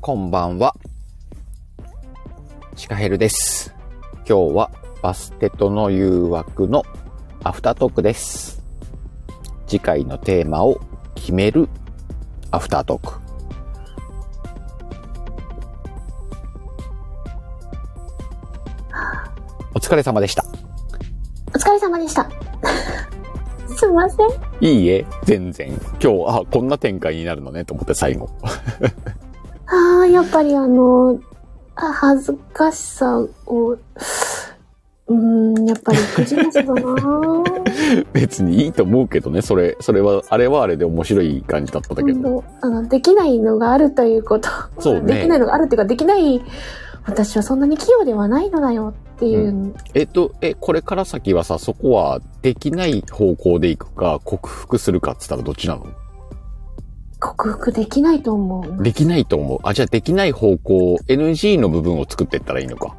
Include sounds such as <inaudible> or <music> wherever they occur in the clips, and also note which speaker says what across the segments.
Speaker 1: こんばんは。シカヘルです。今日はバステとの誘惑のアフタートークです。次回のテーマを決めるアフタートーク。お疲れ様でした。
Speaker 2: お疲れ様でした。 <laughs> すいません。
Speaker 1: いいえ、全然。今日、あ、こんな展開になるのね、と思って最後。 <laughs>
Speaker 2: ああ、やっぱりあの、あ恥ずかしさを、うーん、やっぱりくじらせだなぁ。
Speaker 1: 別にいいと思うけどね、それ、それは、あれはあれで面白い感じだったんだけ
Speaker 2: 本
Speaker 1: ど。
Speaker 2: 当あの、できないのがあるということ。
Speaker 1: そうね
Speaker 2: できないのがあるっていうか、できない、私はそんなに器用ではないのだよっていう。
Speaker 1: えっと、え、これから先はさ、そこはできない方向で行くか、克服するかっつったらどっちなの
Speaker 2: 克服できないと思う。
Speaker 1: できないと思う。あ、じゃあできない方向、NG の部分を作っていったらいいのか。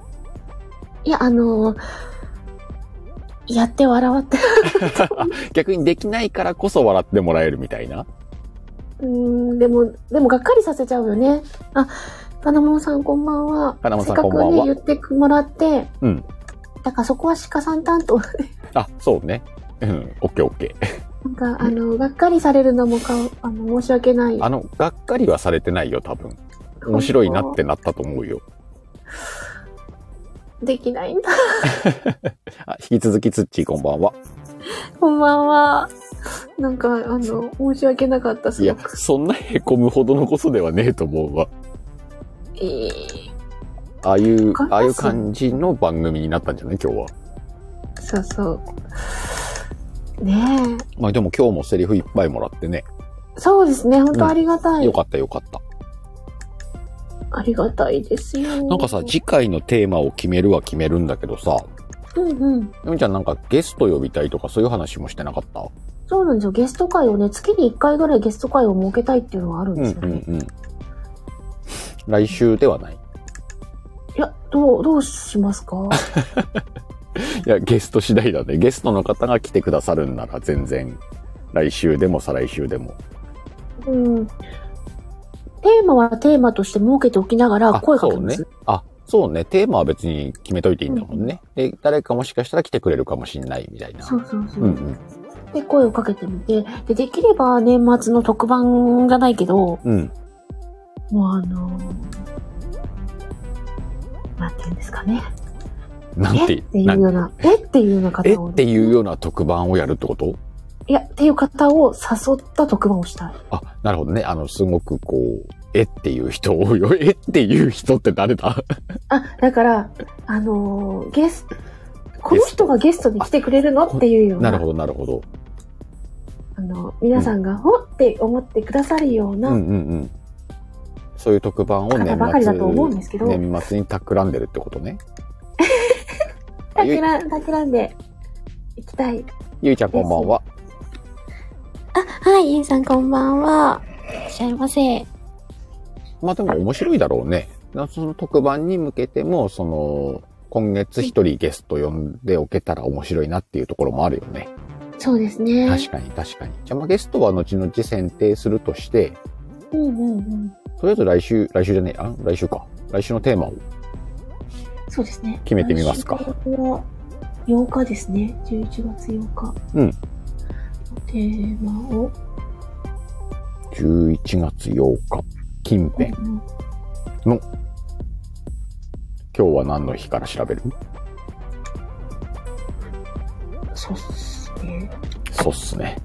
Speaker 2: いや、あの、やって笑わって。
Speaker 1: 逆にできないからこそ笑ってもらえるみたいな。
Speaker 2: うーん、でも、でもがっかりさせちゃうよね。あ、金物さんこんばんは。
Speaker 1: 金物さん
Speaker 2: せっ
Speaker 1: こ
Speaker 2: か
Speaker 1: んばん
Speaker 2: く
Speaker 1: は
Speaker 2: ね、言ってもらって。
Speaker 1: うん。
Speaker 2: だからそこは鹿さん担当。
Speaker 1: あ、そうね。うん、オッケーオッケー。
Speaker 2: なんか、あの、がっかりされるのもか、あの、申し訳ない。
Speaker 1: あの、がっかりはされてないよ、多分。面白いなってなったと思うよ。
Speaker 2: できない <laughs> んだ。
Speaker 1: あ、引き続き、ツッチーこんばんは。
Speaker 2: こんばんは。なんか、あの、申し訳なかった、
Speaker 1: い
Speaker 2: すご
Speaker 1: や
Speaker 2: く。、
Speaker 1: そんな凹むほどのことではねえと思うわ。
Speaker 2: えー
Speaker 1: ああいう
Speaker 2: こん、な
Speaker 1: ああいう感じの番組になったんじゃない今日は。
Speaker 2: そうそう。ねえ。
Speaker 1: まあでも今日もセリフいっぱいもらってね。
Speaker 2: そうですね、本当ありがたい。
Speaker 1: よかったよかった。
Speaker 2: ありがたいですよ。
Speaker 1: なんかさ、次回のテーマを決めるは決めるんだけどさ、
Speaker 2: うんうん。
Speaker 1: ゆみちゃんなんかゲスト呼びたいとかそういう話もしてなかった
Speaker 2: そうなんですよ。ゲスト会をね、月に1回ぐらいゲスト会を設けたいっていうのはあるん
Speaker 1: うん
Speaker 2: です
Speaker 1: う
Speaker 2: よ
Speaker 1: ん
Speaker 2: ね。
Speaker 1: うん。来週ではない。
Speaker 2: いや、どう、どうしますか
Speaker 1: <laughs> いや、ゲスト次第だね。ゲストの方が来てくださるんなら全然、来週でも再来週でも。
Speaker 2: うん。テーマはテーマとして設けておきながら、声かけます。
Speaker 1: そうね。あ、そうね。テーマは別に決めといていいんだもんね。で、誰かもしかしたら来てくれるかもしんないみたいな。
Speaker 2: そうそうそう。
Speaker 1: うんうん。
Speaker 2: で、声をかけてみて、で、できれば年末の特番がないけど、
Speaker 1: うん。
Speaker 2: もうあのー、なんて言うんですかね。
Speaker 1: なん
Speaker 2: え
Speaker 1: て
Speaker 2: っ、てい
Speaker 1: な
Speaker 2: うんような、えっていうような
Speaker 1: え
Speaker 2: 方を、
Speaker 1: っていうような特番をやるってこと
Speaker 2: いや、っていう方を誘った特番をしたい。
Speaker 1: あ、なるほどね。あの、すごくこう、えっていう人多いよ。 <laughs> えっていう人って誰だ
Speaker 2: あ、だから、あのーゲスト、この人がゲストに来てくれるの
Speaker 1: あ
Speaker 2: っていうよう
Speaker 1: なる
Speaker 2: な、
Speaker 1: ほど、なるほど。
Speaker 2: あの、皆さんが、ほって思ってくださるよう
Speaker 1: うんう
Speaker 2: な、
Speaker 1: んうん。そういう特番を年
Speaker 2: 方ばかりだと思うんですけ
Speaker 1: 末、
Speaker 2: ど
Speaker 1: 年末に企んでるってことね。
Speaker 2: た
Speaker 1: ゆ
Speaker 2: く
Speaker 1: い
Speaker 2: らん、たくらんでいきたい。
Speaker 1: ゆいちゃんこんばんは。
Speaker 2: はい、ゆいさんこんばんは。いらっしゃいませ。
Speaker 1: まあでも面白いだろうね。なその特番に向けても、その、今月一人ゲスト呼んでおけたら面白いなっていうところもあるよね。
Speaker 2: そうですね。
Speaker 1: 確かに確かに。じゃあまあゲストは後々選定するとして、
Speaker 2: うんうんうん。
Speaker 1: とりあえず来週、来週じゃねえ、あ、来週か。来週のテーマを。
Speaker 2: そうですね。
Speaker 1: 決めてみますか
Speaker 2: 来週は8日ですね。11月8日。
Speaker 1: うん。
Speaker 2: テーマを、
Speaker 1: 11月8日、近辺。
Speaker 2: うん
Speaker 1: 今日は何の日から調べる
Speaker 2: そうっすね。
Speaker 1: そうっすね。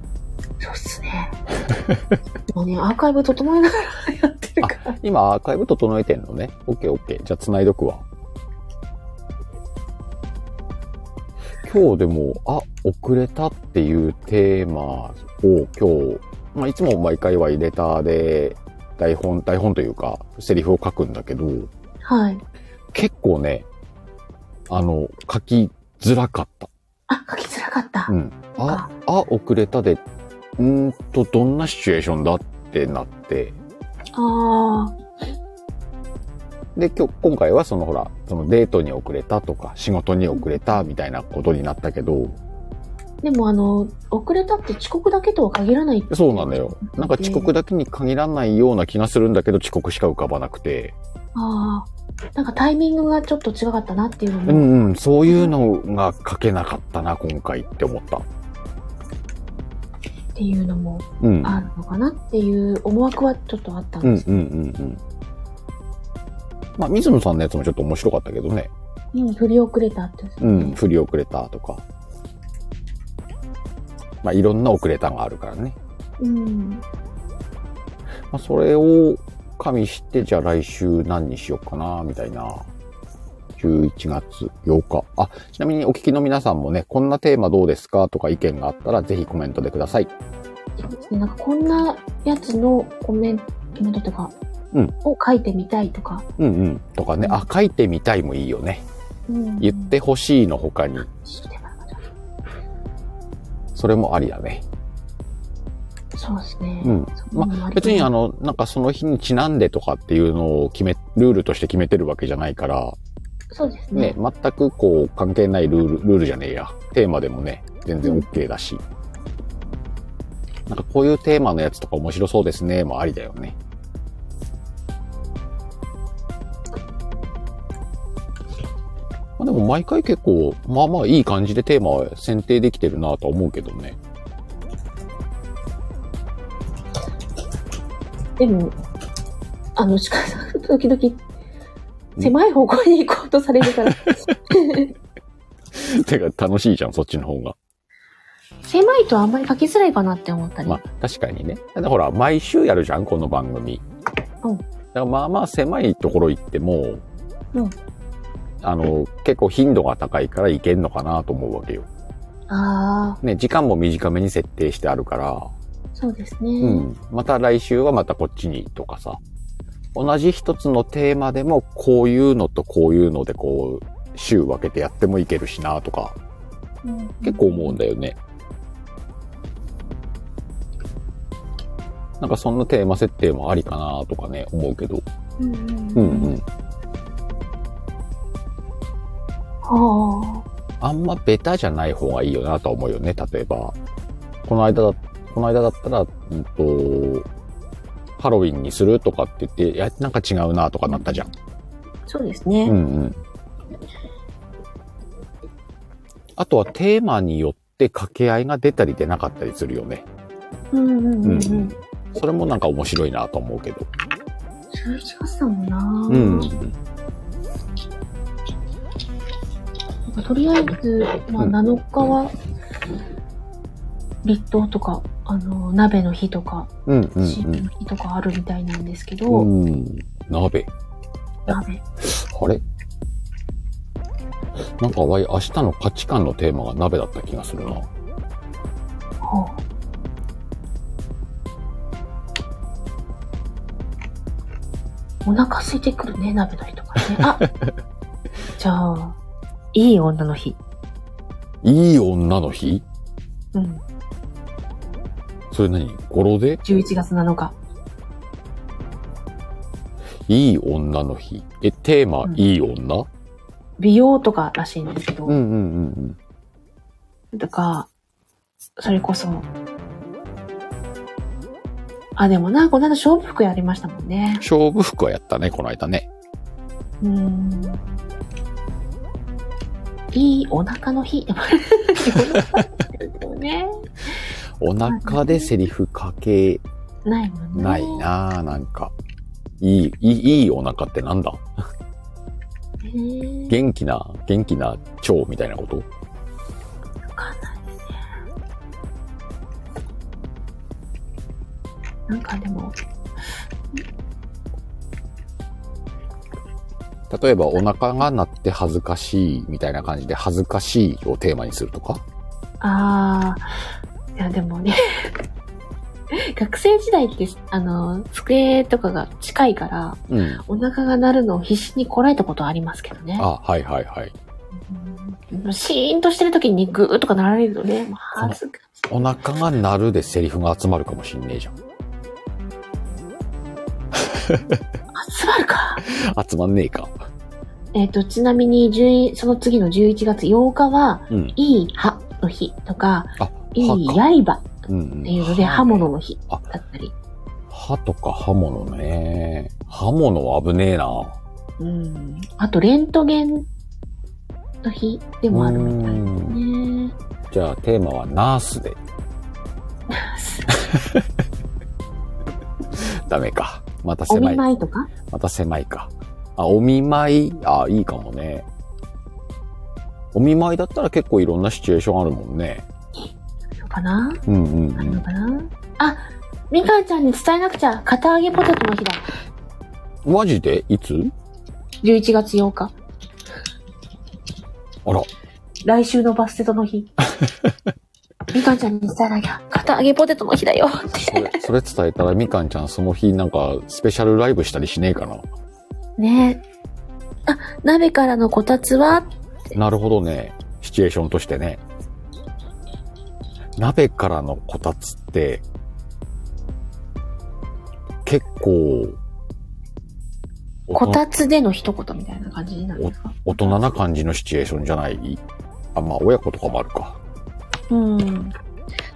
Speaker 2: そうっすね。もうね、アーカイブ整えながらやってるから。
Speaker 1: 今、アーカイブ整えてんのね。オッケーオッケー。じゃあ、繋いどくわ。今日でも、あ、遅れたっていうテーマを今日、まあ、いつも毎回は入れたで、台本、台本というか、セリフを書くんだけど、
Speaker 2: はい。
Speaker 1: 結構ね、あの、書きづらかった。
Speaker 2: あ、書きづらかった。
Speaker 1: うん。あ、あ、遅れたで、うーんと、どんなシチュエーションだってなって、
Speaker 2: ああ、
Speaker 1: で、今日、今回はそのほら、そのデートに遅れたとか、仕事に遅れたみたいなことになったけど、
Speaker 2: でもあの、遅れたって遅刻だけとは限らないって
Speaker 1: そうなんだよ。なんか遅刻だけに限らないような気がするんだけど、遅刻しか浮かばなくて。
Speaker 2: ああ。なんかタイミングがちょっと違かったなっていうの
Speaker 1: う
Speaker 2: も。
Speaker 1: んうん、そういうのが書けなかったな、今回って思った。
Speaker 2: っていうのも
Speaker 1: うん。
Speaker 2: あるのかなっていう思惑はちょっとあったん
Speaker 1: うんうん
Speaker 2: です。
Speaker 1: うんうん。まあ、水野さんのやつもちょっと面白かったけどね。
Speaker 2: うん、振り遅れたって。
Speaker 1: うん、振り遅れたとか。まあ、いろんな遅れたがあるからね。
Speaker 2: うん。
Speaker 1: まあ、それを加味して、じゃあ来週何にしようかな、みたいな。11月8日。あ、ちなみにお聞きの皆さんもね、こんなテーマどうですかとか意見があったら、ぜひコメントでください。
Speaker 2: そうですね。なんかこんなやつのコメント、コメントとか、
Speaker 1: うん
Speaker 2: を書いてみたいとか。
Speaker 1: うんうん。とかね、あ、書いてみたいもいいよね。
Speaker 2: うん
Speaker 1: 言って。ほしいの他に。それもありだね。
Speaker 2: そうですね。
Speaker 1: うん
Speaker 2: まあ
Speaker 1: 別にあ
Speaker 2: の、
Speaker 1: の、なんかその日にちなんでとかっていうのを決め、ルールとして決めてるわけじゃないから、
Speaker 2: そうですね。
Speaker 1: ね、全くこう関係ないルール、ルールじゃねえや。テーマでもね、全然 OK だし。なんかこういうテーマのやつとか面白そうですね、もありだよね。まあでも毎回結構、まあまあいい感じでテーマは選定できてるなとは思うけどね。 <laughs>
Speaker 2: でも、あの、鹿さん、時々、狭い方向に行こうとされるから、
Speaker 1: <laughs> てか楽しいじゃん、そっちの方が。
Speaker 2: 狭いとあんまり書きづらいかなって思ったり。
Speaker 1: まあ確かにね。だってほら、毎週やるじゃん、この番組。
Speaker 2: うん
Speaker 1: だからまあまあ狭いところ行っても、
Speaker 2: うん
Speaker 1: あの、結構頻度が高いからいけんのかなと思うわけよ。
Speaker 2: ああ、
Speaker 1: ね、時間も短めに設定してあるから、
Speaker 2: そうですね。
Speaker 1: うん。また来週はまたこっちにとかさ。同じ一つのテーマでも、こういうのとこういうのでこう、週分けてやってもいけるしなとか、
Speaker 2: うん
Speaker 1: 結構思うんだよね。なんかそんなテーマ設定もありかなとかね、思うけど。
Speaker 2: うん
Speaker 1: う
Speaker 2: う
Speaker 1: ん
Speaker 2: ん
Speaker 1: う
Speaker 2: うん。
Speaker 1: ん。
Speaker 2: は
Speaker 1: あんまベタじゃない方がいいよなとは思うよね。例えば、この間だ、この間だったら、うんと、ハロウィンにするとかって言って、いや、なんか違うなとかなったじゃん。
Speaker 2: あ、そうですね。
Speaker 1: うんうん。あとはテーマによって掛け合いが出たり出なかったりするよね。
Speaker 2: うんうんうんうん。
Speaker 1: うんそれもなんか面白いなと思うけど。
Speaker 2: 11月だもんな。
Speaker 1: うん。
Speaker 2: なんかとりあえず、まあ、
Speaker 1: うん
Speaker 2: 7日は、立冬とか、あの、鍋の日とか、
Speaker 1: うんうん
Speaker 2: シーの日とかあるみたいなんですけど、
Speaker 1: うん。うん。鍋。
Speaker 2: 鍋。
Speaker 1: あれなんかわい、明日の価値観のテーマが鍋だった気がするな。
Speaker 2: ほうお腹空いてくるね、鍋の日とかね。あじゃあ、いい女の日。
Speaker 1: いい女の日
Speaker 2: うん。
Speaker 1: それ何語呂で
Speaker 2: 11月7日。
Speaker 1: いい女の日。え、テーマ、
Speaker 2: うん
Speaker 1: いい女
Speaker 2: 美容とからしいんですけど、
Speaker 1: んうんうん
Speaker 2: とか、それこそ、あ、でもな、この間勝負服やりましたもんね。
Speaker 1: 勝負服はやったね、この間ね。
Speaker 2: うーん。いいお腹の日。 <laughs> ね。
Speaker 1: お腹でセリフかけ
Speaker 2: ないもんね。
Speaker 1: ないなぁ、なんか。いい、いい、いいお腹ってなんだ
Speaker 2: へー。
Speaker 1: 元気な、元気な腸みたいなこと
Speaker 2: わかんないですね。なんかでも、
Speaker 1: 例えばお腹が鳴って恥ずかしいみたいな感じで恥ずかしいをテーマにするとか
Speaker 2: ああ、いやでもね、 <laughs> 学生時代って、あの、机とかが近いから、
Speaker 1: うん。
Speaker 2: お腹が鳴るのを必死にこらえたことはありますけどね。
Speaker 1: あ、はいはいはい。
Speaker 2: うんシーンとしてる時にグーとか鳴られるとね、もう恥ずかしい。
Speaker 1: お腹が鳴るでセリフが集まるかもしんねえじゃん。
Speaker 2: 集まるか。
Speaker 1: <laughs> 集まんねえか。
Speaker 2: えっ、と、ちなみに、10その次の11月8日は、
Speaker 1: うん。
Speaker 2: いい歯の日とか、
Speaker 1: あ、
Speaker 2: いい
Speaker 1: か。
Speaker 2: 刃っ
Speaker 1: うんうん。
Speaker 2: ていうので刃物の日だ
Speaker 1: あ
Speaker 2: ったり。
Speaker 1: 刃とか刃物ね。刃物は危ねえな。
Speaker 2: うん。あと、レントゲンの日でもあるみたいですね。
Speaker 1: じゃあテーマはナースで。 <laughs> ダメか。また
Speaker 2: お
Speaker 1: 狭
Speaker 2: 見
Speaker 1: い。
Speaker 2: 舞いとか
Speaker 1: また狭いか。あ、お見舞い。あ、いいかもね。お見舞いだったら結構いろんなシチュエーションあるもんね。
Speaker 2: のかな
Speaker 1: うんうん
Speaker 2: あ
Speaker 1: う
Speaker 2: るの
Speaker 1: ん。
Speaker 2: かなあ、みかんちゃんに伝えなくちゃ、片揚げポテトの日だ。
Speaker 1: マジでいつ
Speaker 2: 11月8日。
Speaker 1: あら。
Speaker 2: 来週のバステト
Speaker 1: <laughs>
Speaker 2: の日。みかんちゃんに伝えなきゃ、片揚げポテトの日だよって。
Speaker 1: それ、それ伝えたらみかんちゃんその日なんかスペシャルライブしたりしねえかな。
Speaker 2: ねえ。あ、鍋からのこたつは
Speaker 1: なるほどね。シチュエーションとしてね。鍋からのこたつって、結構、
Speaker 2: こ
Speaker 1: 大人
Speaker 2: たつでの一言みたいな感じになるんですか
Speaker 1: 大人な感じのシチュエーションじゃないあ、まあ親子とかもあるか。
Speaker 2: うん。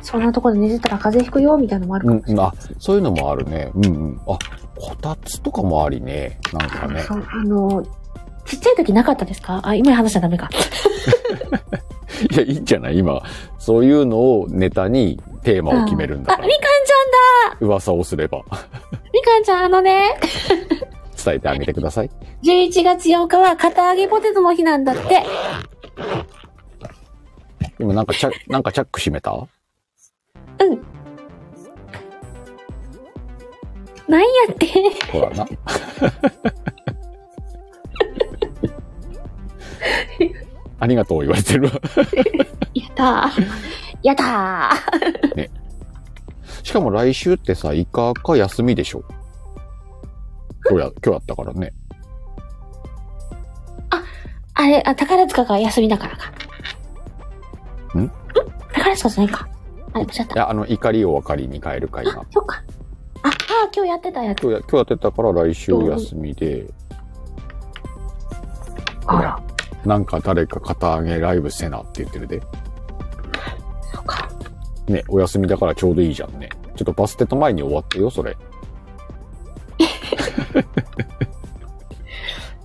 Speaker 2: そんなとこで寝てたら風邪ひくよ、みたいなのもあるか
Speaker 1: う
Speaker 2: も
Speaker 1: ん
Speaker 2: し、
Speaker 1: う
Speaker 2: れ
Speaker 1: ん
Speaker 2: ない
Speaker 1: あ。、そういうのもあるね。うんうん。あ、こたつとかもありね。なんかね。
Speaker 2: そうあの、ちっちゃい時なかったですかあ、今話しちゃダメか。
Speaker 1: いや、いいんじゃない今、そういうのをネタにテーマを決めるんだ
Speaker 2: あ、み
Speaker 1: か
Speaker 2: かん
Speaker 1: ら。
Speaker 2: ち
Speaker 1: 噂をすれば
Speaker 2: ゃんみかんちゃんあのね、
Speaker 1: 伝えてあげてください。
Speaker 2: 11月8日は片揚げポテトの日なんだって。
Speaker 1: 今なんかチャ、
Speaker 2: <laughs>
Speaker 1: なんかチャック閉めた
Speaker 2: うん。なんやって <laughs>
Speaker 1: ほらな。ありがとう言われてるわ。
Speaker 2: やったー。やったー。
Speaker 1: しかも来週ってさ、イカか休みでしょ。今日や、今日やったからね。
Speaker 2: あれ、あ、宝塚が休みだからか。
Speaker 1: ん
Speaker 2: 宝塚じゃないか。あれ、間違っ
Speaker 1: い
Speaker 2: た。
Speaker 1: や、あの、怒りを分かりに変える会が。
Speaker 2: あ、そうか。あ、あ今日やってたや
Speaker 1: <laughs>
Speaker 2: つ。
Speaker 1: 今日や、今日やってたから来週休みで、
Speaker 2: あら、
Speaker 1: なんか誰か肩上げライブせなって言ってるで。
Speaker 2: そうか。
Speaker 1: ね、お休みだからちょうどいいじゃんね。ちょっとバステと前に終わってよ、それ。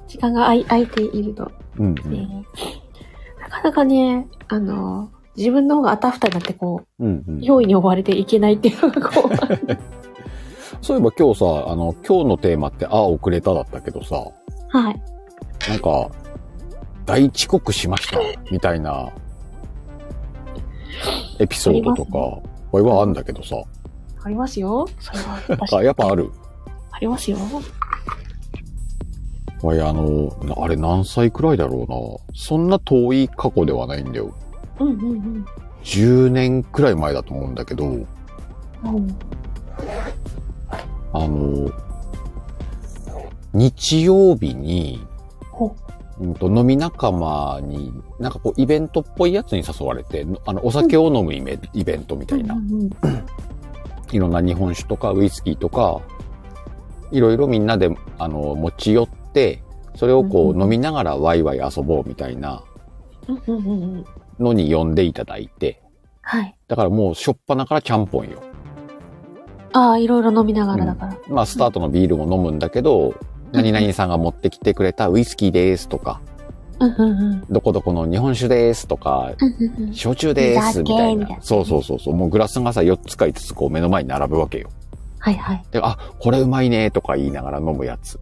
Speaker 2: 時間が空い空いていると、
Speaker 1: うん、う
Speaker 2: ね
Speaker 1: ん。
Speaker 2: なかなかね、あの、自分の方があたふたになってこう、
Speaker 1: うん、うん。
Speaker 2: 用意に追われていけないっていうのがこ <laughs> う、
Speaker 1: そういえば今日さ、あの、今日のテーマって、ああ、遅れただったけどさ、
Speaker 2: はい。
Speaker 1: なんか、大遅刻しました、みたいな、エピソードと
Speaker 2: あ
Speaker 1: か、これはあんだけどさ、
Speaker 2: ありますよ。それは私、
Speaker 1: あ、やっぱある。
Speaker 2: ありますよ。
Speaker 1: わいあの、なあれ何歳くらいだろうな。そんな遠い過去ではないんだよ。
Speaker 2: うんうん
Speaker 1: 10年くらい前だと思うんだけど、
Speaker 2: うん。うん
Speaker 1: あの、日曜日に、
Speaker 2: ほ
Speaker 1: うんと、飲み仲間に、なんかこう、イベントっぽいやつに誘われて、のあの、お酒を飲むイベイベントみたいな
Speaker 2: う。んうん
Speaker 1: いろんな日本酒とかウイスキーとか、いろいろみんなで、あの、持ち寄って、それをこ
Speaker 2: う
Speaker 1: う
Speaker 2: んうん
Speaker 1: 飲みながらワイワイ遊ぼうみたいな
Speaker 2: うんうんうんうん。
Speaker 1: のに呼んでいただいて、
Speaker 2: はい。
Speaker 1: だからもうしょっぱなからちゃんぽんよ。
Speaker 2: ああ、いろいろ飲みながらだから。
Speaker 1: まあスタートのビールも飲むんだけど、何々さんが持ってきてくれたウイスキーですとか、
Speaker 2: うんうんうん。
Speaker 1: どこどこの日本酒ですとか、
Speaker 2: うんうんうん。
Speaker 1: 焼酎ですみたい
Speaker 2: だけみた
Speaker 1: な。
Speaker 2: いな
Speaker 1: そうそうそうそう。もうグラスがさ、4つか5つこう目の前に並ぶわけよ。
Speaker 2: はいはい。
Speaker 1: で、あ、これうまいねとか言いながら飲むやつ。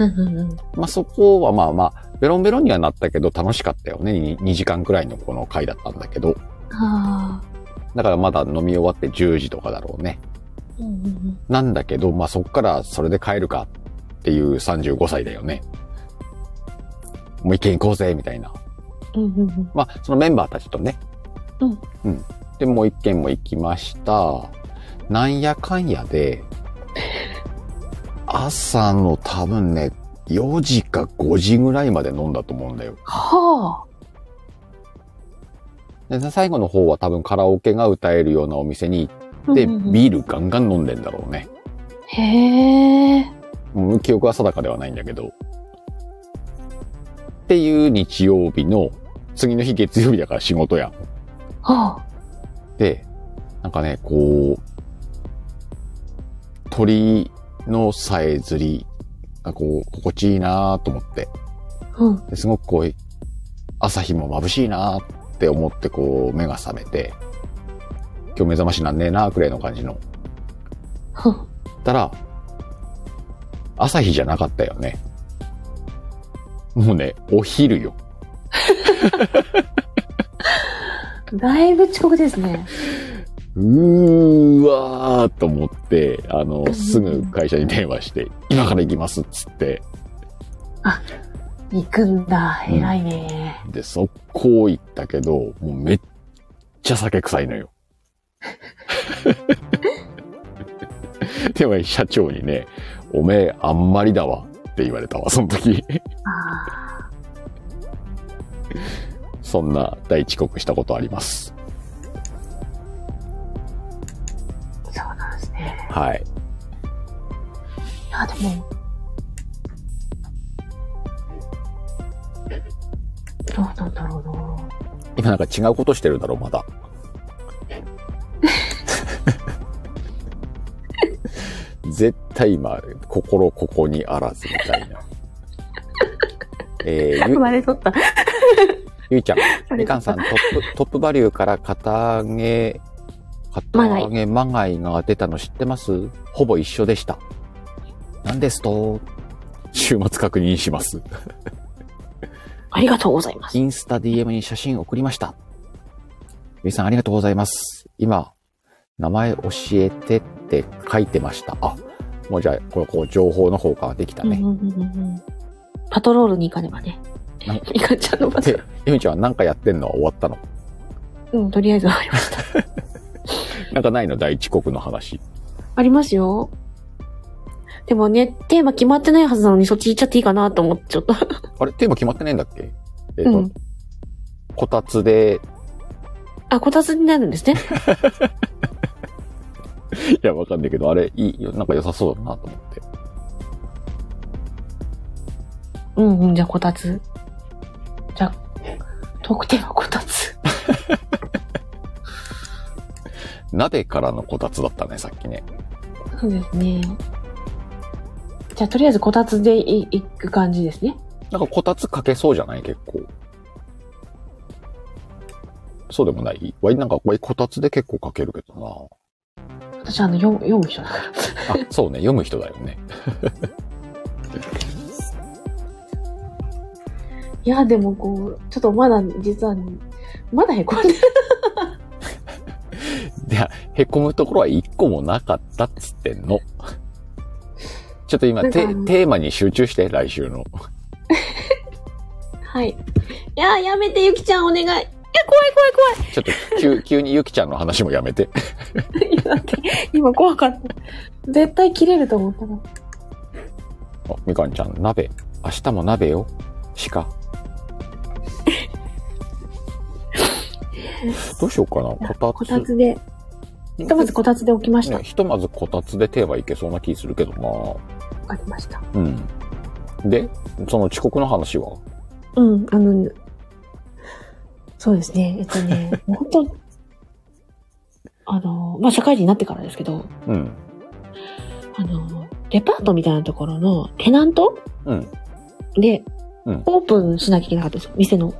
Speaker 2: うんうんうん。
Speaker 1: まあ、そこはまあまあ、ベロンベロンにはなったけど楽しかったよね。に 2, 時間くらいのこの回だったんだけど。
Speaker 2: ああ。
Speaker 1: だからまだ飲み終わって10時とかだろうね。
Speaker 2: うんうんうん。
Speaker 1: なんだけど、まあそっからそれで帰るかっていう35歳だよね。もう一軒行こうぜ、みたいな。
Speaker 2: うんうんうん。
Speaker 1: まあ、そのメンバーたちとね。
Speaker 2: うん。
Speaker 1: うん。で、もう一軒も行きました。なんやかんやで、朝の多分ね、4時か5時ぐらいまで飲んだと思うんだよ。
Speaker 2: は
Speaker 1: で最後の方は多分カラオケが歌えるようなお店に行
Speaker 2: あ。
Speaker 1: って、
Speaker 2: うんうんうん
Speaker 1: ビールガンガン飲んでんだろうね。
Speaker 2: へえ。
Speaker 1: もう記憶は定かではないんだけど。っていう日曜日の、次の日月曜日だから仕事やん。
Speaker 2: あ
Speaker 1: で、なんかね、こう、鳥のさえずりがこう、心地いいなぁと思って、
Speaker 2: うん。
Speaker 1: ですごくこう、朝日も眩しいなぁって思ってこう、目が覚めて、今日目覚ましなんねえなぁくらいの感じの。
Speaker 2: は
Speaker 1: ったら、朝日じゃなかったよね。もうね、お昼よ。
Speaker 2: だいぶ遅刻ですね。
Speaker 1: うーわーと思って、あ
Speaker 2: う
Speaker 1: の、
Speaker 2: ん
Speaker 1: すぐ会社に電話して、今から行きますっつって、
Speaker 2: 行くんだ。
Speaker 1: うん
Speaker 2: 偉いね。
Speaker 1: で、速攻行ったけど、もうめっちゃ酒臭いのよ。 <laughs> でも社長にね、おめえあんまりだわって言われたわ、その時。
Speaker 2: あ
Speaker 1: そんな大遅刻したことあります。
Speaker 2: あ、そうなんですね。
Speaker 1: はい。
Speaker 2: いや、でも。どうなんだろうな。
Speaker 1: 今なんか違うことしてるだろう、ま
Speaker 2: <laughs>
Speaker 1: だ。絶対今、心ここにあらずみたい
Speaker 2: <laughs>
Speaker 1: な。えー、ゆ
Speaker 2: 生まれとった。
Speaker 1: ゆいちゃん、み
Speaker 2: れ
Speaker 1: かんさん、トップ、トップバリューから片揚げ、
Speaker 2: ま
Speaker 1: 片
Speaker 2: がい
Speaker 1: 揚げまがいが出たの知ってますほぼ一緒でした。なんですと、週末確認します。
Speaker 2: ありがとうございます。
Speaker 1: インスタ DM に写真送りました。ゆいさんありがとうございます。今、名前教えてって書いてました。あ、もうじゃあ、こう、こう情報の方ができた
Speaker 2: うん
Speaker 1: ね。
Speaker 2: うんうんうんパトロールに行かねばね
Speaker 1: な。
Speaker 2: いかんちゃんのパトロ
Speaker 1: で、ゆみちゃんはなんかやってんのは終わったの
Speaker 2: ール。うん、とりあえず終わりました。
Speaker 1: なんかないの第一国の話。
Speaker 2: ありますよ。でもね、テーマ決まってないはずなのにそっち行っちゃっていいかなと思ってちょっと。
Speaker 1: あれテーマ決まってないんだっけえっ、
Speaker 2: う
Speaker 1: と、
Speaker 2: ん。
Speaker 1: こたつで、
Speaker 2: あ、こたつになるんですね。
Speaker 1: いや、わかんないけど、あれ、いいよ、なんか良さそうだなと思って。
Speaker 2: うんうん、じゃあこたつ。じゃあ、特典はこたつ。
Speaker 1: 鍋からのこたつだったね、さっきね。
Speaker 2: そうですね。じゃあとりあえずこたつでい行く感じですね。
Speaker 1: なんかこたつかけそうじゃない結構。そうでもないわい、なんか、わいこたつで結構かけるけど
Speaker 2: 私あの読む読む人だから。
Speaker 1: な。あ、そうね、読む人だよね。 <laughs>
Speaker 2: いや、でもこう、ちょっとまだ実は、まだへこんでる。
Speaker 1: いや、へこむところは一個もなかったっつってんの。ちょっと今、
Speaker 2: なんか
Speaker 1: テ
Speaker 2: あの
Speaker 1: テーマに集中して、来週の。
Speaker 2: はい。いや、やめてゆきちゃんお願い。い <laughs> や、怖い
Speaker 1: ちょっと、
Speaker 2: <laughs>
Speaker 1: 急、急にゆきちゃんの話もやめて。 <laughs>
Speaker 2: 怖い怖い。いやだって今怖かった。絶対切れると思ったから。
Speaker 1: あ、みかんちゃん、鍋。明日も鍋よ。鹿。
Speaker 2: <laughs>
Speaker 1: どうしようかな。こ
Speaker 2: こ
Speaker 1: た
Speaker 2: た
Speaker 1: つ。
Speaker 2: つで、ひとまずこたつで置きました。
Speaker 1: ね、
Speaker 2: わ
Speaker 1: ひとまずこたつで手はいけそうな気するけど
Speaker 2: かりました。
Speaker 1: なうん。で、その遅刻の話は
Speaker 2: うん、あの、そうですね。えっと <laughs> ね、もう本当あの、まあ、社会人になってからですけど、
Speaker 1: うん。
Speaker 2: あの、デパートみたいなところのテナント
Speaker 1: うん。
Speaker 2: で、
Speaker 1: うん
Speaker 2: オープンしなきゃいけなかったんですよ、店の。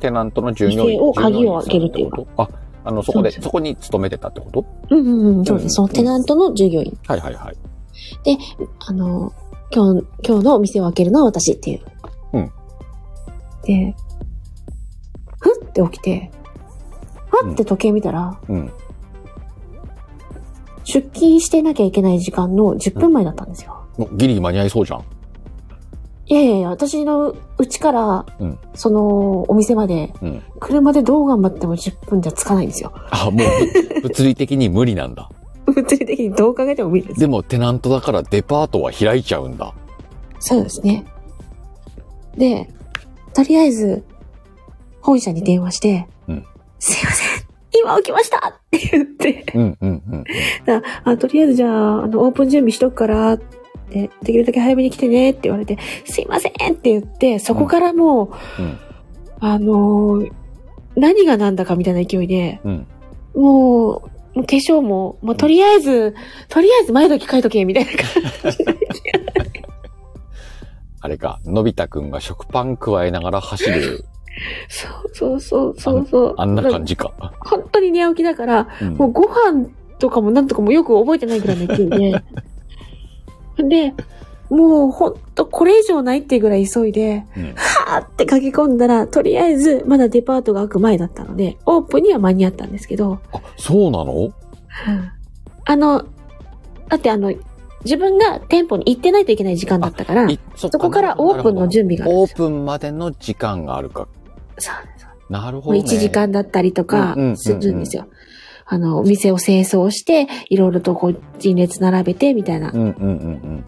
Speaker 1: テナントの従業員。
Speaker 2: 店を鍵を開けるっていう
Speaker 1: 従
Speaker 2: か
Speaker 1: 業員さんってことあ、あの、そこで、
Speaker 2: そうです
Speaker 1: そこに勤めてたってこと
Speaker 2: うんうんうん、そうです。その
Speaker 1: うん
Speaker 2: テナントの従業員。
Speaker 1: はいはいはい。
Speaker 2: あの、今日、今日のお店を開けるのは私っていう。
Speaker 1: うん。
Speaker 2: で、ふって起きて、ふって時計見たら、
Speaker 1: うん。
Speaker 2: 出勤してなきゃいけない時間の10分前だったんですよ。
Speaker 1: おギリ間に合いそうじゃん。
Speaker 2: いやいやいや、私の家から、
Speaker 1: うん
Speaker 2: そのお店まで、
Speaker 1: うん
Speaker 2: 車でどう頑張っても10分じゃつかないんですよ。 <laughs>
Speaker 1: あ、もう、ぶ物理的に無理なんだ。
Speaker 2: 物理的にどう考えても無理です。
Speaker 1: でも、テナントだからデパートは開いちゃうんだ。
Speaker 2: そうですね。で、とりあえず、本社に電話して、
Speaker 1: うん
Speaker 2: すいません、今起きましたって言って、
Speaker 1: うんうんうん。
Speaker 2: だあとりあえずじゃあ、あの、オープン準備しとくから、でできるだけ早めに来てねって言われて、すいませんって言って、そこからも
Speaker 1: う
Speaker 2: う、
Speaker 1: ん
Speaker 2: あのー何がなんだかみたいな勢いで、
Speaker 1: うん。
Speaker 2: もう、もう化粧も、もうとりあえず、とりあえず前時書いとけ、みたいな感じで。
Speaker 1: あれか、のび太くんが食パン加えながら走る、
Speaker 2: そうそうそうそうそう。
Speaker 1: あんな感
Speaker 2: じ。
Speaker 1: じか。
Speaker 2: 本当に寝起きだから、
Speaker 1: うん
Speaker 2: <laughs> もうご飯とかもなんとかもよく覚えてないぐらいの勢いで。 <laughs> で、もうほんとこれ以上ないっていうぐらい急いで、
Speaker 1: うん
Speaker 2: はーって駆け込んだら、とりあえずまだデパートが開く前だったので、オープンには間に合ったんですけど、
Speaker 1: あ、そうなの
Speaker 2: あの、だってあの、自分が店舗に行ってないといけない時間だったから、
Speaker 1: いそっ
Speaker 2: そこからオープンの準備があるん
Speaker 1: オ
Speaker 2: で
Speaker 1: ー
Speaker 2: す
Speaker 1: プンまでの時間があるか。
Speaker 2: そう
Speaker 1: なるほ
Speaker 2: まあ、
Speaker 1: ど、ね。
Speaker 2: 1時間だったりとか
Speaker 1: うんうんうんうん
Speaker 2: するんですよ。あの、お店を清掃して、いろいろとこう、陳列並べて、みたいな
Speaker 1: う。んうんうん